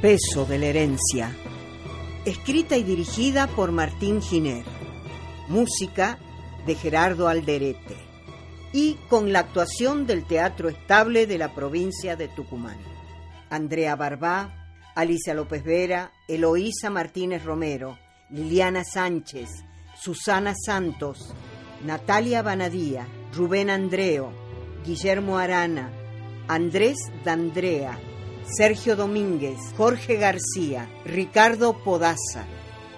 peso de la herencia. Escrita y dirigida por Martín Giner. Música de Gerardo Alderete. Y con la actuación del Teatro Estable de la provincia de Tucumán. Andrea Barbá, Alicia López Vera, Eloísa Martínez Romero, Liliana Sánchez, Susana Santos, Natalia Banadía, Rubén Andreo, Guillermo Arana, Andrés D'Andrea, Sergio Domínguez, Jorge García, Ricardo Podaza,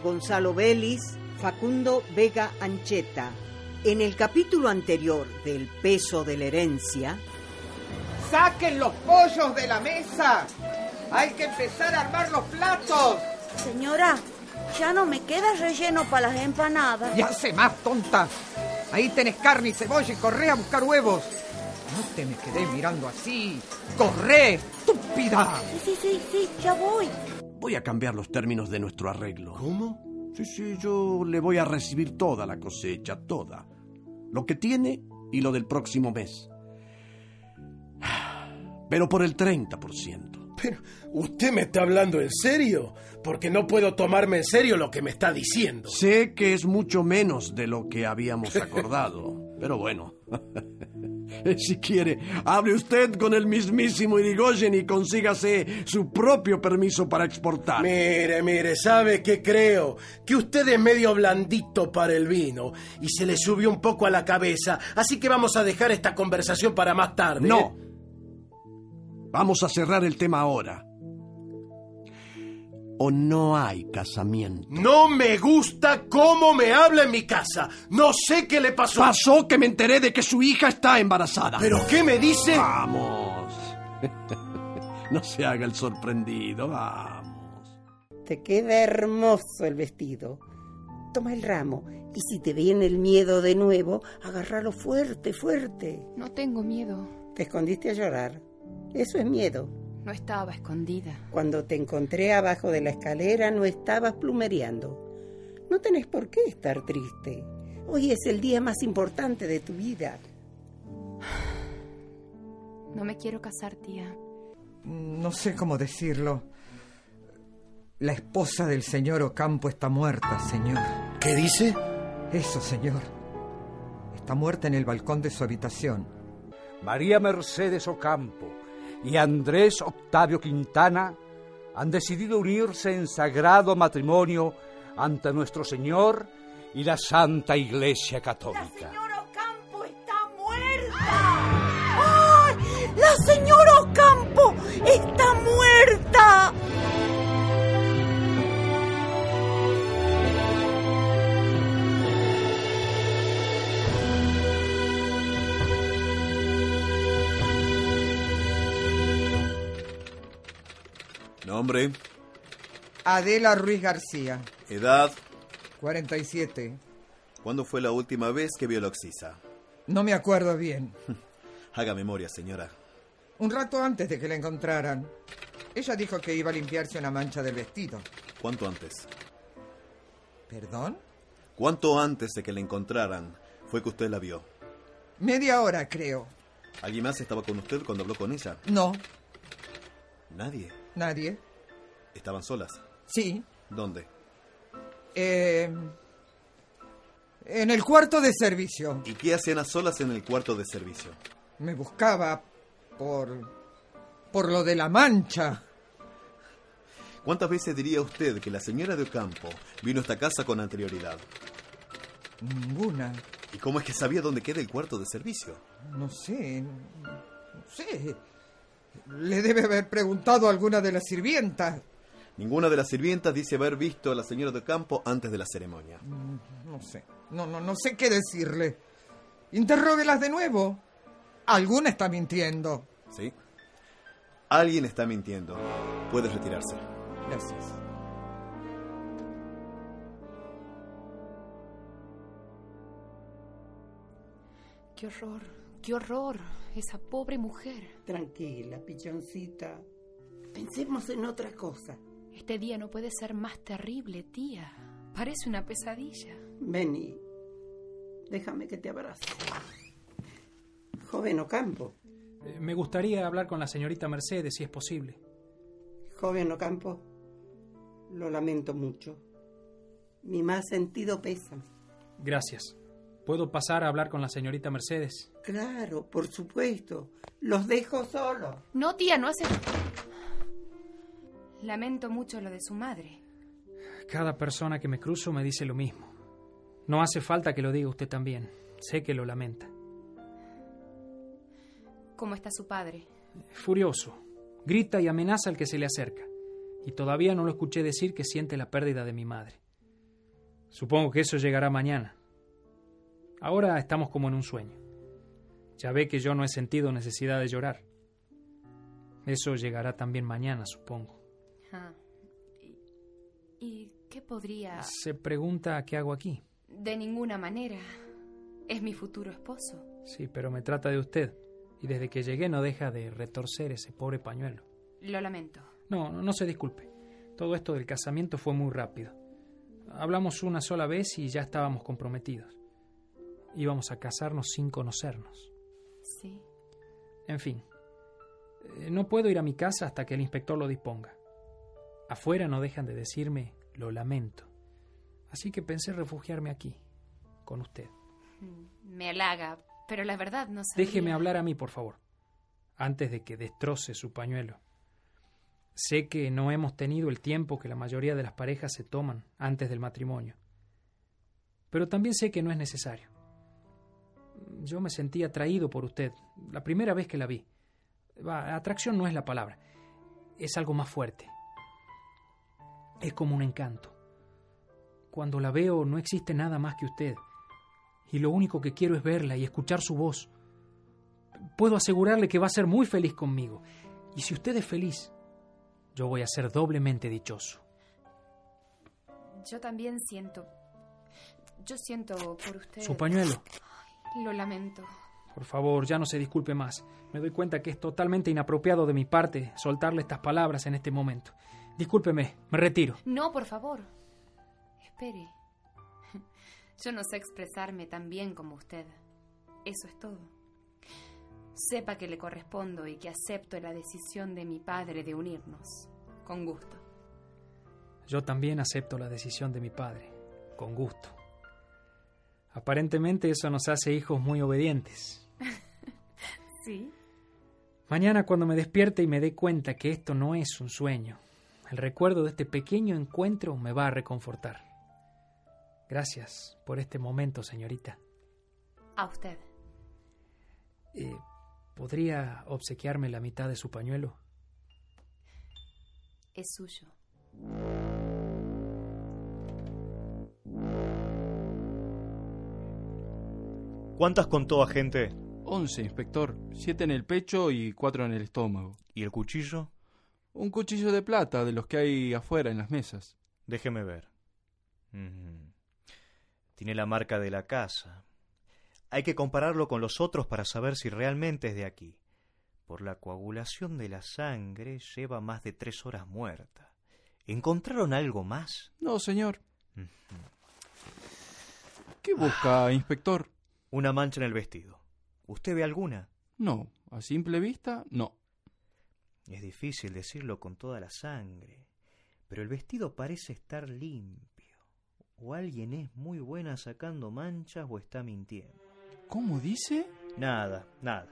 Gonzalo Vélez, Facundo Vega Ancheta. En el capítulo anterior del peso de la herencia, ¡Saquen los pollos de la mesa! ¡Hay que empezar a armar los platos! Señora, ya no me queda relleno para las empanadas. ¡Ya se más, tonta! Ahí tenés carne y cebolla y corré a buscar huevos. No te me quedé mirando así. ¡Corré, estúpida! Sí, sí, sí, sí, ya voy. Voy a cambiar los términos de nuestro arreglo. ¿Cómo? Sí, sí, yo le voy a recibir toda la cosecha, toda. Lo que tiene y lo del próximo mes. Pero por el 30%. Pero, ¿usted me está hablando en serio? Porque no puedo tomarme en serio lo que me está diciendo. Sé que es mucho menos de lo que habíamos acordado, pero bueno. si quiere, hable usted con el mismísimo Irigoyen y consígase su propio permiso para exportar. Mire, mire, ¿sabe qué creo? Que usted es medio blandito para el vino y se le subió un poco a la cabeza, así que vamos a dejar esta conversación para más tarde. ¿eh? No. Vamos a cerrar el tema ahora. O no hay casamiento. No me gusta cómo me habla en mi casa. No sé qué le pasó. Pasó que me enteré de que su hija está embarazada. ¿Pero qué me dice? Vamos. no se haga el sorprendido, vamos. Te queda hermoso el vestido. Toma el ramo y si te viene el miedo de nuevo, agárralo fuerte, fuerte. No tengo miedo. Te escondiste a llorar. Eso es miedo. No estaba escondida. Cuando te encontré abajo de la escalera no estabas plumereando. No tenés por qué estar triste. Hoy es el día más importante de tu vida. No me quiero casar, tía. No sé cómo decirlo. La esposa del señor Ocampo está muerta, señor. ¿Qué dice? Eso, señor. Está muerta en el balcón de su habitación. María Mercedes Ocampo y Andrés Octavio Quintana han decidido unirse en sagrado matrimonio ante nuestro Señor y la Santa Iglesia ¡La Católica. señora Ocampo está muerta! ¡Ay! ¡La señora Ocampo está muerta! Nombre, Adela Ruiz García, edad, 47. ¿cuándo fue la última vez que vio la oxisa? No me acuerdo bien. Haga memoria, señora. Un rato antes de que la encontraran. Ella dijo que iba a limpiarse una mancha del vestido. ¿Cuánto antes? ¿Perdón? ¿Cuánto antes de que la encontraran fue que usted la vio? Media hora, creo. ¿Alguien más estaba con usted cuando habló con ella? No, Nadie. nadie. Estaban solas. Sí. ¿Dónde? eh, en el cuarto de servicio. ¿Y qué hacían a solas en el cuarto de servicio? Me buscaba por... por lo de la mancha. ¿Cuántas veces diría usted que la señora de Ocampo vino a esta casa con anterioridad? Ninguna. ¿Y cómo es que sabía dónde queda el cuarto de servicio? No sé. No sé. Le debe haber preguntado a alguna de las sirvientas. Ninguna de las sirvientas dice haber visto a la señora de Ocampo antes de la ceremonia. No sé. No, no, no sé qué decirle. Interróguelas de nuevo. Alguna está mintiendo. ¿Sí? Alguien está mintiendo. Puede retirarse. Gracias. Qué horror, qué horror. Esa pobre mujer. Tranquila, pichoncita. Pensemos en otra cosa. Este día no puede ser más terrible, tía. Parece una pesadilla. Vení. Déjame que te abrace. Joven Ocampo. Eh, Me gustaría hablar con la señorita Mercedes, si es posible. Joven Ocampo, lo lamento mucho. Mi más sentido pésame. Gracias. ¿Puedo pasar a hablar con la señorita Mercedes? Claro, por supuesto. Los dejo solos. No, tía, no hace... Lamento mucho lo de su madre. Cada persona que me cruzo me dice lo mismo. No hace falta que lo diga usted también. Sé que lo lamenta. ¿Cómo está su padre? Furioso. Grita y amenaza al que se le acerca. Y todavía no lo escuché decir que siente la pérdida de mi madre. Supongo que eso llegará mañana. Ahora estamos como en un sueño. Ya ve que yo no he sentido necesidad de llorar. Eso llegará también mañana, supongo. Ah. ¿Y, y qué podría...? Se pregunta qué hago aquí. De ninguna manera. Es mi futuro esposo. Sí, pero me trata de usted. Y desde que llegué no deja de retorcer ese pobre pañuelo. Lo lamento. No, no, no se disculpe. Todo esto del casamiento fue muy rápido. Hablamos una sola vez y ya estábamos comprometidos. Íbamos a casarnos sin conocernos. Sí. En fin, eh, no puedo ir a mi casa hasta que el inspector lo disponga. Afuera no dejan de decirme lo lamento. Así que pensé refugiarme aquí, con usted. Me halaga, pero la verdad no sé. Déjeme hablar a mí, por favor, antes de que destroce su pañuelo. Sé que no hemos tenido el tiempo que la mayoría de las parejas se toman antes del matrimonio. Pero también sé que no es necesario. Yo me sentí atraído por usted la primera vez que la vi. Va, atracción no es la palabra, es algo más fuerte. Es como un encanto. Cuando la veo no existe nada más que usted, y lo único que quiero es verla y escuchar su voz. Puedo asegurarle que va a ser muy feliz conmigo, y si usted es feliz, yo voy a ser doblemente dichoso. Yo también siento... Yo siento por usted... Su pañuelo. Lo lamento. Por favor, ya no se disculpe más. Me doy cuenta que es totalmente inapropiado de mi parte soltarle estas palabras en este momento. Discúlpeme, me retiro. No, por favor. Espere. Yo no sé expresarme tan bien como usted. Eso es todo. Sepa que le correspondo y que acepto la decisión de mi padre de unirnos. Con gusto. Yo también acepto la decisión de mi padre. Con gusto. Aparentemente eso nos hace hijos muy obedientes. Sí. Mañana cuando me despierte y me dé cuenta que esto no es un sueño, el recuerdo de este pequeño encuentro me va a reconfortar. Gracias por este momento, señorita. A usted. Eh, ¿Podría obsequiarme la mitad de su pañuelo? Es suyo. ¿Cuántas contó agente? Once, inspector. Siete en el pecho y cuatro en el estómago. ¿Y el cuchillo? Un cuchillo de plata de los que hay afuera en las mesas. Déjeme ver. Mm. Tiene la marca de la casa. Hay que compararlo con los otros para saber si realmente es de aquí. Por la coagulación de la sangre lleva más de tres horas muerta. ¿Encontraron algo más? No, señor. Mm. ¿Qué busca, inspector? Ah. Una mancha en el vestido. ¿Usted ve alguna? No, a simple vista, no. Es difícil decirlo con toda la sangre, pero el vestido parece estar limpio. O alguien es muy buena sacando manchas o está mintiendo. ¿Cómo dice? Nada, nada.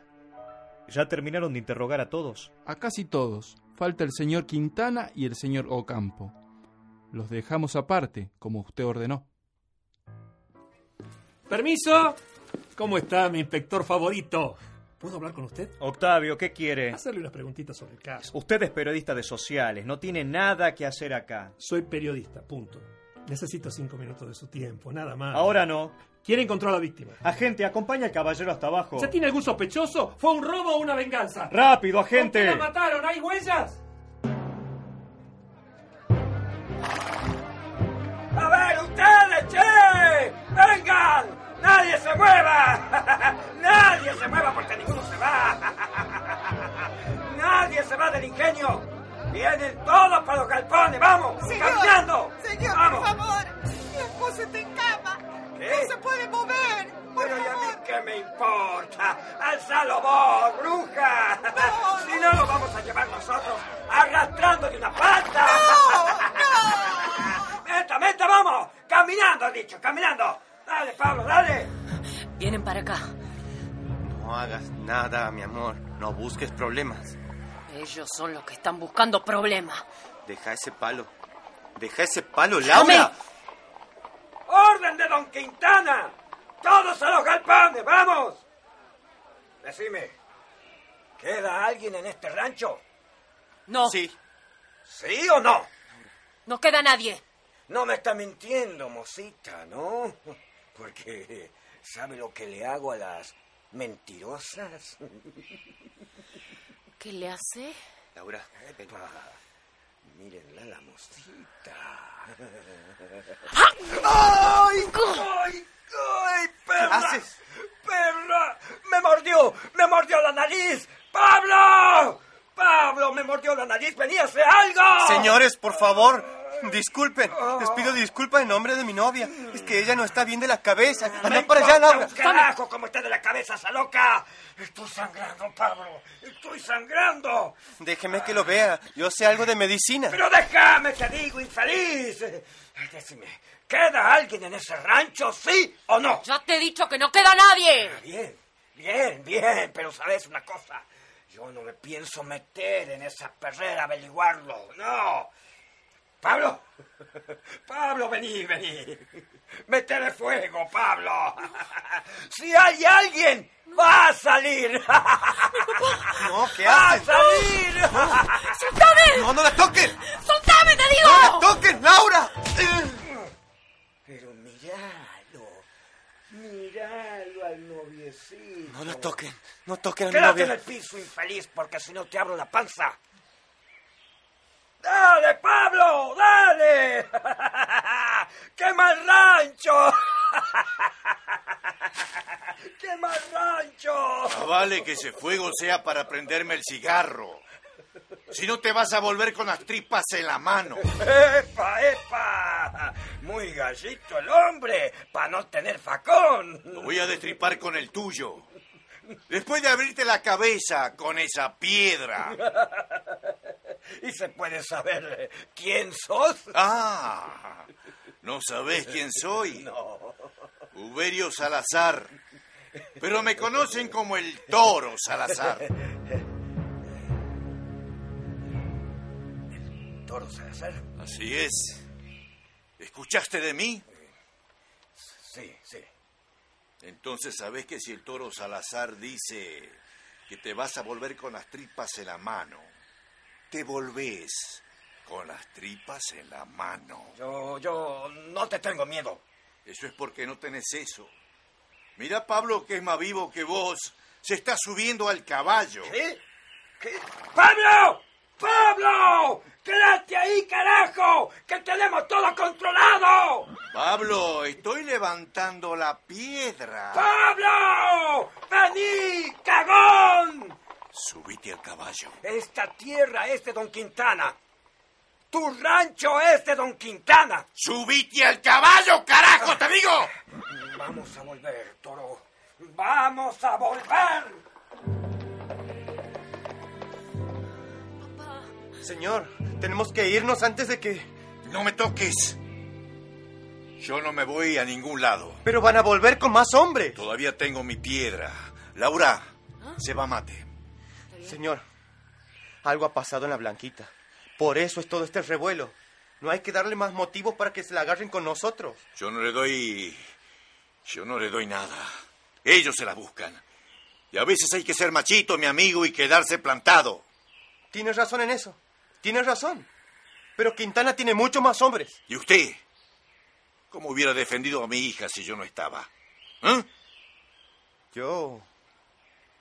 ¿Ya terminaron de interrogar a todos? A casi todos. Falta el señor Quintana y el señor Ocampo. Los dejamos aparte, como usted ordenó. ¡Permiso! ¿Cómo está mi inspector favorito? ¿Puedo hablar con usted? Octavio, ¿qué quiere? Hacerle unas preguntitas sobre el caso. Usted es periodista de sociales, no tiene nada que hacer acá. Soy periodista, punto. Necesito cinco minutos de su tiempo, nada más. Ahora no. Ah. ¿Quién encontró a la víctima? Agente, acompaña al caballero hasta abajo. ¿Se tiene algún sospechoso? ¿Fue un robo o una venganza? ¡Rápido, agente! ¿Por qué la mataron? ¿Hay huellas? ¡A ver, ustedes, che! ¡Vengan! ¡Nadie se mueva! ¡Nadie se mueva porque ninguno se va! ¡Nadie se va del ingenio! ¡Vienen todos para los galpones! ¡Vamos! ¡Señor! ¡Caminando! ¡Señor, ¡Vamos! por favor! ¡Mi esposo está en cama! ¿Qué? ¡No se puede mover! ¡Por Pero, ¿y a mí? favor! ¿Qué me importa? ¡Alzalo vos, bruja! Si no, lo vamos a llevar nosotros arrastrando de una pata. ¡No! ¡Meta, meta, vamos! ¡Caminando, has dicho, caminando! ¡Dale, Pablo, dale! Vienen para acá. No hagas nada, mi amor. No busques problemas. Ellos son los que están buscando problemas. Deja ese palo. Deja ese palo, Laura. ¡Orden de Don Quintana! ¡Todos a los galpones, vamos! Decime, ¿queda alguien en este rancho? No. Sí. ¿Sí o no? No queda nadie. No me está mintiendo, mosita, ¿no? Porque sabe lo que le hago a las mentirosas. ¿Qué le hace? Laura, ven. Epa, mírenla la mosita. ¡Ay! ¡Ay! ¡Ay, perra! haces? ¡Perra! ¡Me mordió! ¡Me mordió la nariz! ¡Pablo! ¡Pablo, me mordió la nariz! ¡Vení a hacer Ah. algo! Señores, por favor, disculpen. Les pido disculpas en nombre de mi novia. Es que ella no está bien de la cabeza. Ah, Anda para allá, Corta Laura. un carajo como está de la cabeza esa loca! ¡Estoy sangrando, Pablo! ¡Estoy sangrando! Déjeme que lo vea. Yo sé algo de medicina. ¡Pero déjame, te digo, infeliz! Decime, ¿queda alguien en ese rancho, sí o no? Ah, Ya te he dicho que no queda nadie. Bien, bien, bien, pero sabes una cosa. Yo no me pienso meter en esa perrera a averiguarlo, no. Pablo, Pablo, vení, vení. Métele fuego, Pablo. Si hay alguien, va a salir. No, ¿qué ¡Va a haces? salir! ¡Soltame! ¡No, no la toques! ¡Soltame, te digo! ¡No la toques, Laura! Pero míralo, míralo al noviecito. No la toquen. No toquen a mi Quédate en novia. el piso, infeliz, porque si no te abro la panza. ¡Dale, Pablo! ¡Dale! ¡Quema el rancho! ¡Quema el rancho! vale que ese fuego sea para prenderme el cigarro. Si no te vas a volver con las tripas en la mano. ¡Epa, epa! Muy gallito el hombre, para no tener facón. Lo voy a destripar con el tuyo. Después de abrirte la cabeza con esa piedra. ¿Y se puede saber eh, quién sos? Ah, ¿no sabés quién soy? No. Uberio Salazar. Pero me conocen como el Toro Salazar. Toro Salazar. Así es. ¿Escuchaste de mí? Sí, sí. Entonces sabés que si el toro Salazar dice que te vas a volver con las tripas en la mano, te volvés con las tripas en la mano. Yo, yo no te tengo miedo. Eso es porque no tenés eso. Mira, Pablo, que es más vivo que vos, se está subiendo al caballo. ¿Qué? ¿Qué? ¡Pablo! ¡Pablo! ¡Quédate ahí, carajo! ¡Que tenemos todo controlado! Pablo, estoy levantando la piedra. ¡Pablo! ¡Vení, cagón! Subite al caballo. Esta tierra es de Don Quintana. Tu rancho es de Don Quintana. ¡Subite al caballo, carajo, te digo! Vamos a volver, toro. ¡Vamos a volver! Señor, tenemos que irnos antes de que... No me toques. Yo no me voy a ningún lado. Pero van a volver con más hombres. Todavía tengo mi piedra. Laura, se va mate. Señor, algo ha pasado en la Blanquita. Por eso es todo este revuelo. No hay que darle más motivos para que se la agarren con nosotros. Yo no le doy. Yo no le doy nada. Ellos se la buscan. Y a veces hay que ser machito, mi amigo, y quedarse plantado. Tienes razón en eso. Tienes razón. Pero Quintana tiene mucho más hombres. ¿Y usted? ¿Cómo hubiera defendido a mi hija si yo no estaba? ¿Eh? Yo.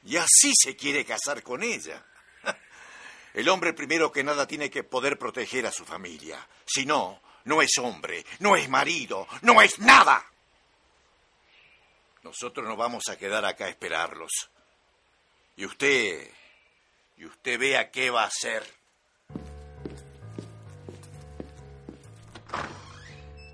Y así se quiere casar con ella. El hombre primero que nada tiene que poder proteger a su familia. Si no, no es hombre, no es marido, no es nada. Nosotros no vamos a quedar acá a esperarlos. Y usted, y usted vea qué va a hacer.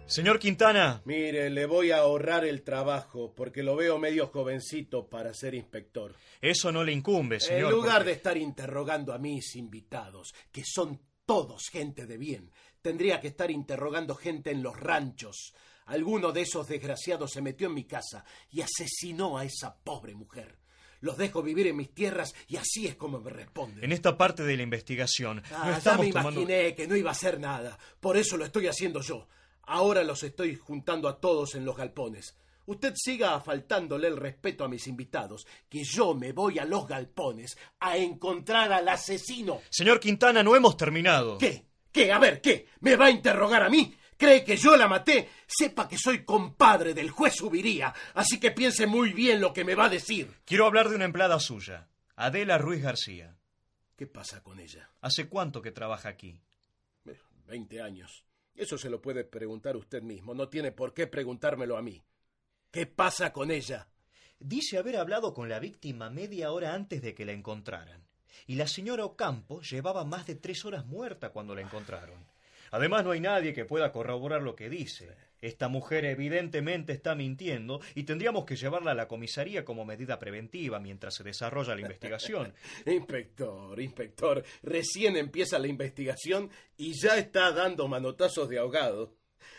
Señor Quintana. Mire, le voy a ahorrar el trabajo porque lo veo medio jovencito para ser inspector. Eso no le incumbe, Eh, señor. en lugar porque- de estar interrogando a mis invitados, que son todos gente de bien, tendría que estar interrogando gente en los ranchos. Alguno de esos desgraciados se metió en mi casa y asesinó a esa pobre mujer. Los dejo vivir en mis tierras y así es como me responden. En esta parte de la investigación no Ah, ya estamos me tomando... imaginé que no iba a hacer nada. Por eso lo estoy haciendo yo. Ahora los estoy juntando a todos en los galpones. Usted siga faltándole el respeto a mis invitados, que yo me voy a los galpones a encontrar al asesino. Señor Quintana, no hemos terminado. ¿Qué? ¿Qué? A ver, ¿qué? ¿Me va a interrogar a mí? ¿Cree que yo la maté? Sepa que soy compadre del juez Ubiría, así que piense muy bien lo que me va a decir. Quiero hablar de una empleada suya, Adela Ruiz García. ¿Qué pasa con ella? ¿Hace cuánto que trabaja aquí? Veinte años. Eso se lo puede preguntar usted mismo. No tiene por qué preguntármelo a mí. ¿Qué pasa con ella? Dice haber hablado con la víctima media hora antes de que la encontraran. Y la señora Ocampo llevaba más de tres horas muerta cuando la encontraron. Además, no hay nadie que pueda corroborar lo que dice. Esta mujer evidentemente está mintiendo y tendríamos que llevarla a la comisaría como medida preventiva mientras se desarrolla la investigación. Inspector, inspector, recién empieza la investigación y ya está dando manotazos de ahogado.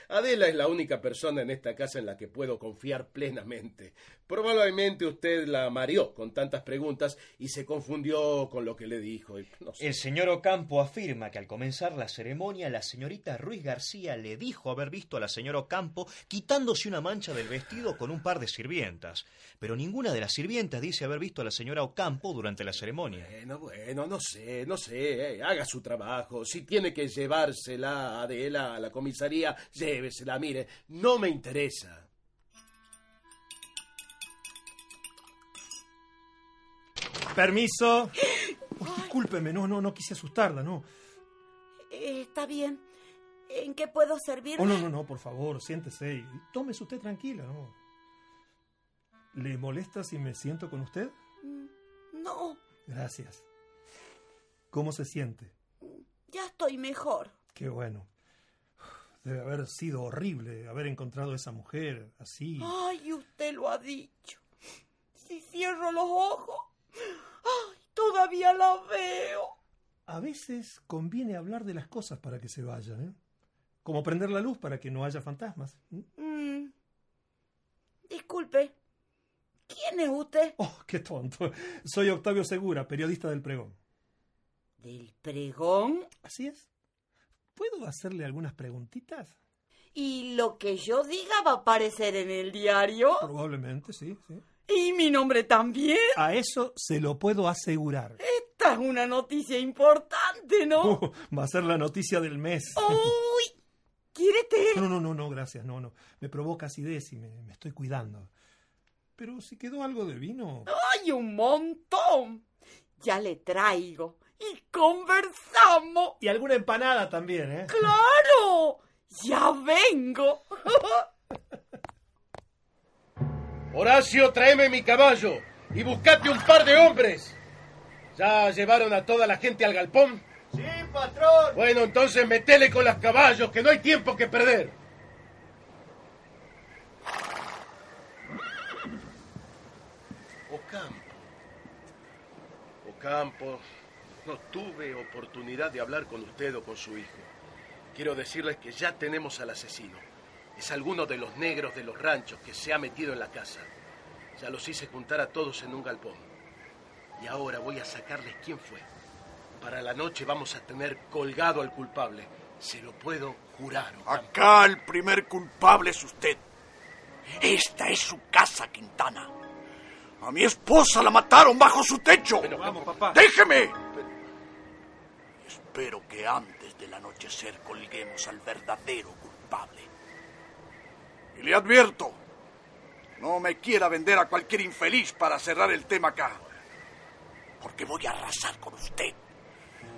Adela es la única persona en esta casa en la que puedo confiar plenamente. Probablemente usted la mareó con tantas preguntas y se confundió con lo que le dijo. y no sé. El señor Ocampo afirma que al comenzar la ceremonia, la señorita Ruiz García le dijo haber visto a la señora Ocampo quitándose una mancha del vestido con un par de sirvientas. Pero ninguna de las sirvientas dice haber visto a la señora Ocampo durante la ceremonia. Bueno, bueno, no sé, no sé. eh, Haga su trabajo. Si tiene que llevársela a Adela a la comisaría, llévesela. Mire, no me interesa. Permiso. Oh, Discúlpeme, no, no, no quise asustarla, no. Eh, está bien. ¿En qué puedo servir? Oh, no, no, no, por favor, siéntese y tómese usted tranquila, no. ¿Le molesta si me siento con usted? Mm, No, Gracias. ¿Cómo se siente? ya estoy mejor. Qué bueno. Debe haber sido horrible haber encontrado a esa mujer así. Ay, usted lo ha dicho. Si cierro los ojos, ay, todavía la veo. A veces conviene hablar de las cosas para que se vayan, ¿eh? Como prender la luz para que no haya fantasmas. ¿m? Mm. Disculpe, ¿quién es usted? Oh, qué tonto. Soy Octavio Segura, periodista del Pregón. ¿Del Pregón? Así es. ¿Puedo hacerle algunas preguntitas? ¿Y lo que yo diga va a aparecer en el diario? Probablemente, sí, sí. ¿Y mi nombre también? A eso se lo puedo asegurar. Esta es una noticia importante, ¿no? Uh, va a ser la noticia del mes. ¡Uy! ¿Quiere té? No, no, no, no, gracias, no, no. Me provoca acidez y me, me estoy cuidando. Pero si quedó algo de vino. ¡Ay, un montón! Ya le traigo. Y conversamos. Y alguna empanada también, ¿eh? ¡Claro! ¡Ya vengo! Horacio, tráeme mi caballo y buscate un par de hombres. ¿Ya llevaron a toda la gente al galpón? Sí, patrón. Bueno, entonces metele con los caballos, que no hay tiempo que perder. Ocampo. Ocampo, no tuve oportunidad de hablar con usted o con su hijo. Quiero decirles que ya tenemos al asesino. Es alguno de los negros de los ranchos que se ha metido en la casa. Ya los hice juntar a todos en un galpón. Y ahora voy a sacarles quién fue. Para la noche vamos a tener colgado al culpable. Se lo puedo jurar. Acá el primer culpable es usted. Esta es su casa, Quintana. A mi esposa la mataron bajo su techo. vamos, papá. ¡Déjeme! Espero que antes del anochecer colguemos al verdadero culpable. Y le advierto, no me quiera vender a cualquier infeliz para cerrar el tema acá. Porque voy a arrasar con usted,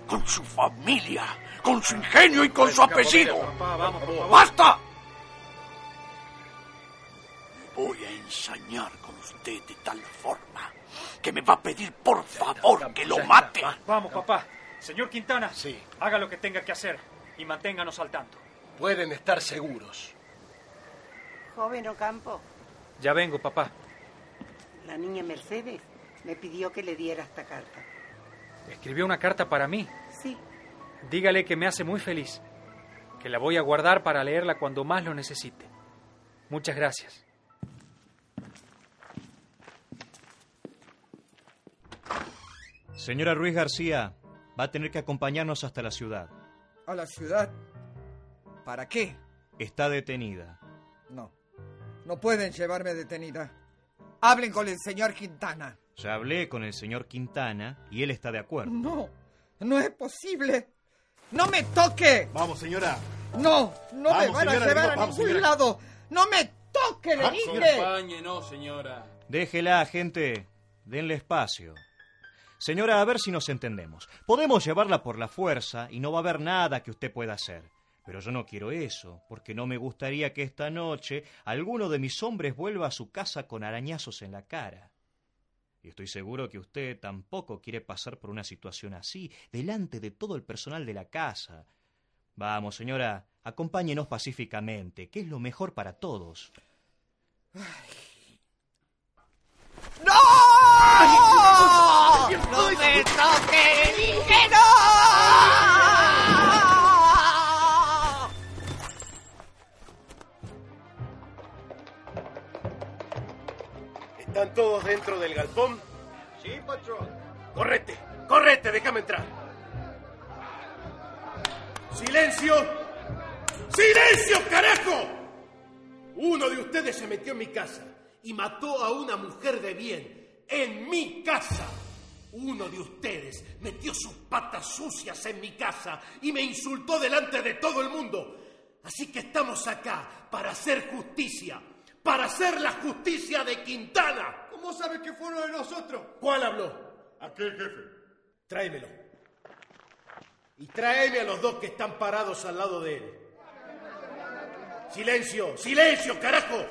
con su familia, con su ingenio y con su apellido. ¡Basta! Me voy a ensañar con usted de tal forma que me va a pedir por favor que lo mate. Vamos, papá. Señor Quintana, sí. haga lo que tenga que hacer y manténganos al tanto. Pueden estar seguros. Joven Ocampo, Ya vengo, papá. la niña Mercedes me pidió que le diera esta carta. Escribió una carta para mí. Sí, Dígale que me hace muy feliz. Que la voy a guardar para leerla cuando más lo necesite. Muchas gracias. Señora Ruiz García, va a tener que acompañarnos hasta la ciudad. ¿A la ciudad? ¿Para qué? Está detenida. No. No pueden llevarme detenida. Hablen con el señor Quintana. Ya hablé con el señor Quintana y él está de acuerdo. No, no es posible. ¡No me toque! Vamos, señora. No, no me Vamos, van señora, a llevar vamos, a ningún señora. lado. No me toque, le dije. no, señora. Déjela, gente. Denle espacio. Señora, a ver si nos entendemos. Podemos llevarla por la fuerza y no va a haber nada que usted pueda hacer. Pero yo no quiero eso, porque no me gustaría que esta noche alguno de mis hombres vuelva a su casa con arañazos en la cara. Y estoy seguro que usted tampoco quiere pasar por una situación así, delante de todo el personal de la casa. Vamos, señora, acompáñenos pacíficamente, que es lo mejor para todos. ¡No! ¡No me toques! ¡Dije no! ¿Están todos dentro del galpón? Sí, patrón. Correte, correte, déjame entrar. ¡Silencio! ¡Silencio, carajo! Uno de ustedes se metió en mi casa y mató a una mujer de bien en mi casa. Uno de ustedes metió sus patas sucias en mi casa y me insultó delante de todo el mundo. Así que estamos acá para hacer justicia, para hacer la justicia de Quintana. ¿Cómo sabe que fue uno de nosotros? ¿Cuál habló? Aquel jefe. Tráemelo. Y tráeme a los dos que están parados al lado de él. Silencio, silencio, carajo.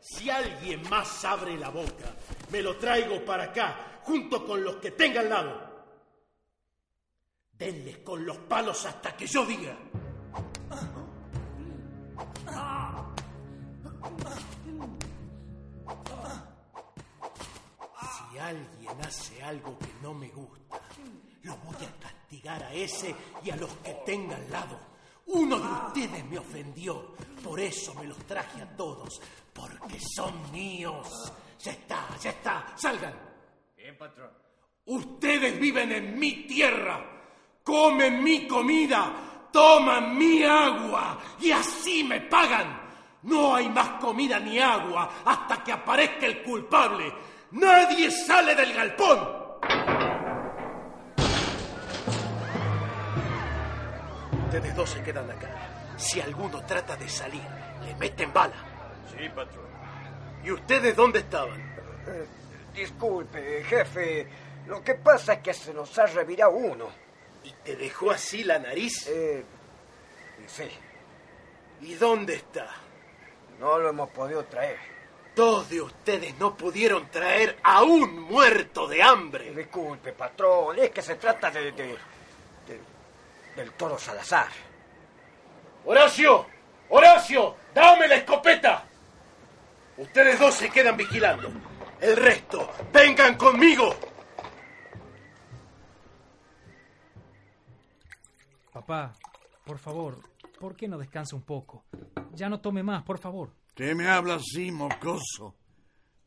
Si alguien más abre la boca, me lo traigo para acá, junto con los que tenga al lado. Denles con los palos hasta que yo diga. Si alguien hace algo que no me gusta, lo voy a castigar a ese y a los que tenga al lado. Uno de ustedes me ofendió, por eso me los traje a todos, porque son míos. Ya está, ya está, salgan. Bien, patrón. Ustedes viven en mi tierra, comen mi comida, toman mi agua y así me pagan. No hay más comida ni agua hasta que aparezca el culpable. Nadie sale del galpón. Ustedes dos se quedan acá. Si alguno trata de salir, le meten bala. Sí, patrón. ¿Y ustedes dónde estaban? Disculpe, jefe. Lo que pasa es que se nos ha revirado uno. ¿Y te dejó así la nariz? Eh, sí. ¿Y dónde está? No lo hemos podido traer. Dos de ustedes no pudieron traer a un muerto de hambre. Disculpe, patrón. Es que se trata de... de- de- del toro Salazar. ¡Horacio! ¡Horacio! ¡Dame la escopeta! Ustedes dos se quedan vigilando. El resto, vengan conmigo. Papá, por favor, ¿por qué no descansa un poco? Ya no tome más, por favor. ¿Qué me habla así, mocoso?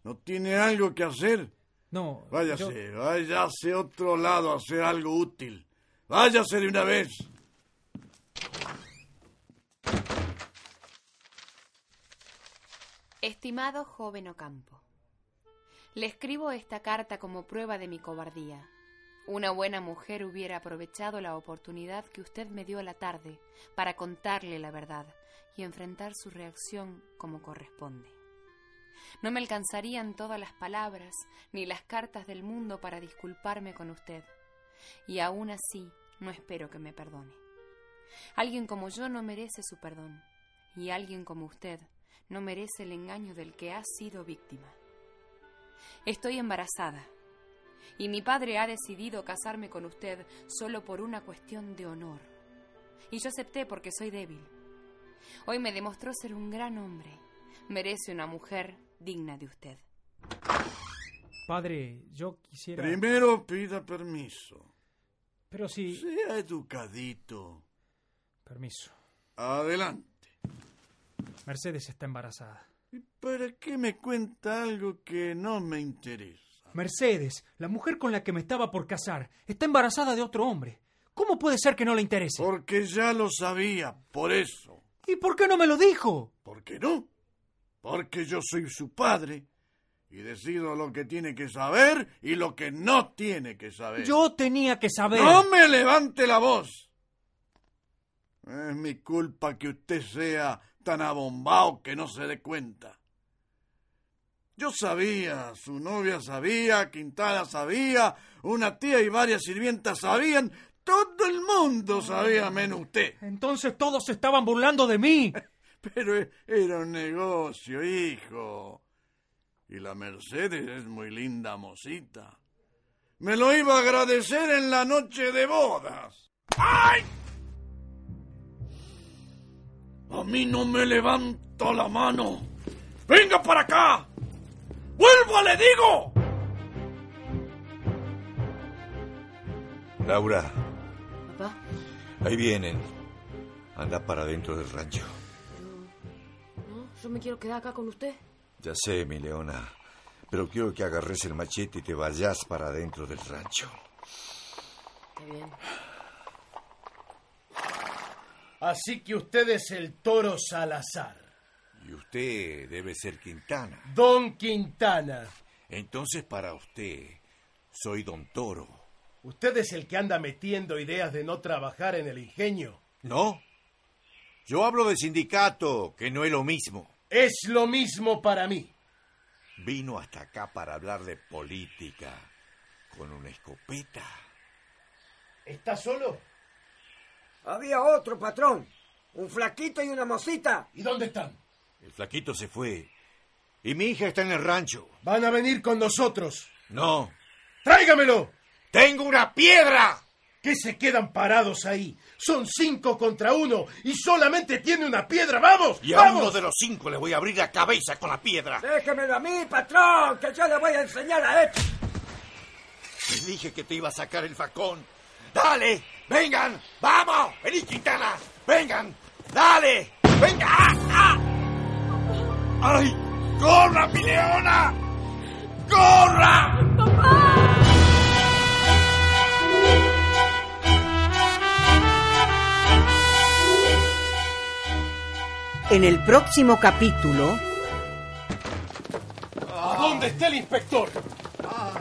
¿No tiene algo que hacer? No. Váyase, váyase a otro lado a hacer algo útil. Váyase de una vez. Estimado joven Ocampo, le escribo esta carta como prueba de mi cobardía. Una buena mujer hubiera aprovechado la oportunidad que usted me dio a la tarde para contarle la verdad y enfrentar su reacción como corresponde. No me alcanzarían todas las palabras ni las cartas del mundo para disculparme con usted, y aún así no espero que me perdone. Alguien como yo no merece su perdón, y alguien como usted no merece el engaño del que ha sido víctima. Estoy embarazada, y mi padre ha decidido casarme con usted solo por una cuestión de honor. Y yo acepté porque soy débil. Hoy me demostró ser un gran hombre, Merece una mujer digna de usted. Padre, yo quisiera... Primero pida permiso. Pero si... Sea educadito. Permiso. Adelante. Mercedes está embarazada. ¿Para qué me cuenta algo que no me interesa? Mercedes, la mujer con la que me estaba por casar, está embarazada de otro hombre. ¿Cómo puede ser que no le interese? Porque ya lo sabía, por eso. ¿Y por qué no me lo dijo? ¿Por qué no? Porque yo soy su padre y decido lo que tiene que saber y lo que no tiene que saber. Yo tenía que saber. pues. ¡No me levante la voz! Es mi culpa que usted sea tan abombao que no se dé cuenta. Yo sabía, su novia sabía, Quintana sabía, una tía y varias sirvientas sabían, todo el mundo sabía menos usted. Entonces todos se estaban burlando de mí. Pero e- era un negocio, hijo. Y la Mercedes es muy linda mosita. Me lo iba a agradecer en la noche de bodas. ¡Ay! A mí no me levanto la mano. ¡Venga para acá! ¡Vuelvo, le digo! Laura, Papá, ahí vienen. Anda para dentro del rancho. No, yo me quiero quedar acá con usted. Ya sé, mi leona, pero quiero que agarres el machete y te vayas para dentro del rancho. Está bien. Así que usted es el toro Salazar. Y usted debe ser Quintana. Don Quintana. Entonces, para usted, soy don Toro. Usted es el que anda metiendo ideas de no trabajar en el ingenio. ¿No? Yo hablo de sindicato, que no es lo mismo. Es lo mismo para mí. Vino hasta acá para hablar de política con una escopeta. ¿Está solo? Había otro patrón. Un flaquito y una mosita. ¿Y dónde están? El flaquito se fue. Y mi hija está en el rancho. Van a venir con nosotros. No. ¡Tráigamelo! ¡Tengo una piedra! ¿Qué se quedan parados ahí? Son cinco contra uno y solamente tiene una piedra. ¡Vamos! Y a ¡Vamos! uno de los cinco le voy a abrir la cabeza con la piedra. Déjemelo a mí, patrón, que yo le voy a enseñar a este. esto. Te dije que te iba a sacar el facón. ¡Dale! ¡Vengan! ¡Vamos! ¡Vení, Quintana! ¡Vengan! ¡Dale! ¡Venga! ¡Ah! ¡Ah! ¡Ay! ¡Corra, mi leona! ¡Corra! En el próximo capítulo, ¿A dónde está el inspector?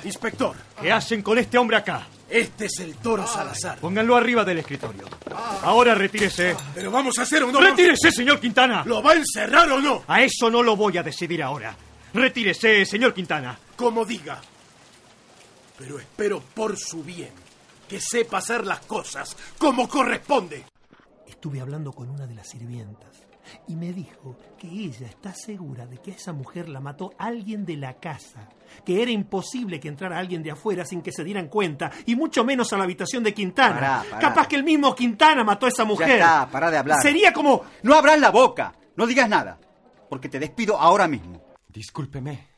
Inspector, Ah. ¿Qué hacen con este hombre acá? este es el toro Salazar. Ah. Pónganlo arriba del escritorio. Ahora retírese. Pero vamos a hacer un... ¡Retírese, señor Quintana! ¿Lo va a encerrar o no? A eso no lo voy a decidir ahora. Retírese, señor Quintana. Como diga. Pero espero por su bien que sepa hacer las cosas como corresponde. Estuve hablando con una de las sirvientas y me dijo que ella está segura de que a esa mujer la mató alguien de la casa, que era imposible que entrara alguien de afuera sin que se dieran cuenta, y mucho menos a la habitación de Quintana. Pará, pará. Capaz que el mismo Quintana mató a esa mujer. Ya está, pará de hablar. Sería como... No abras la boca. No digas nada. Porque te despido ahora mismo. Discúlpeme.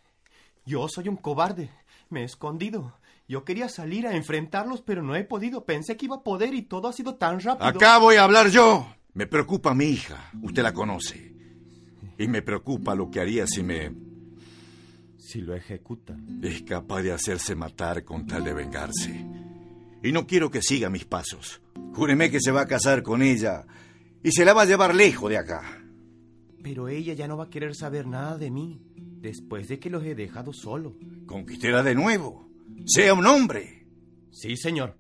Yo soy un cobarde. Me he escondido. Yo quería salir a enfrentarlos, pero no he podido. Pensé que iba a poder y todo ha sido tan rápido. Acá voy a hablar yo. Me preocupa mi hija. Usted la conoce. Y me preocupa lo que haría si me... Si lo ejecutan. Es capaz de hacerse matar con tal de vengarse. Y no quiero que siga mis pasos. Júreme que se va a casar con ella. Y se la va a llevar lejos de acá. Pero ella ya no va a querer saber nada de mí. Después de que los he dejado solo. Conquistera de nuevo. Sea un hombre. Sí, señor.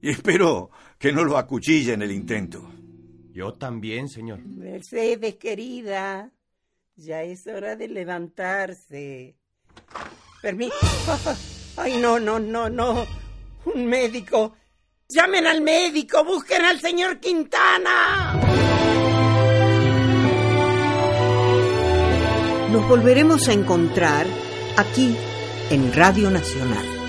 Y espero que no lo acuchille en el intento. Yo también, señor. Mercedes querida, ya es hora de levantarse. Permiso. Ay, no, no, no, no. Un médico. Llamen al médico, busquen al señor Quintana. Nos volveremos a encontrar aquí en Radio Nacional.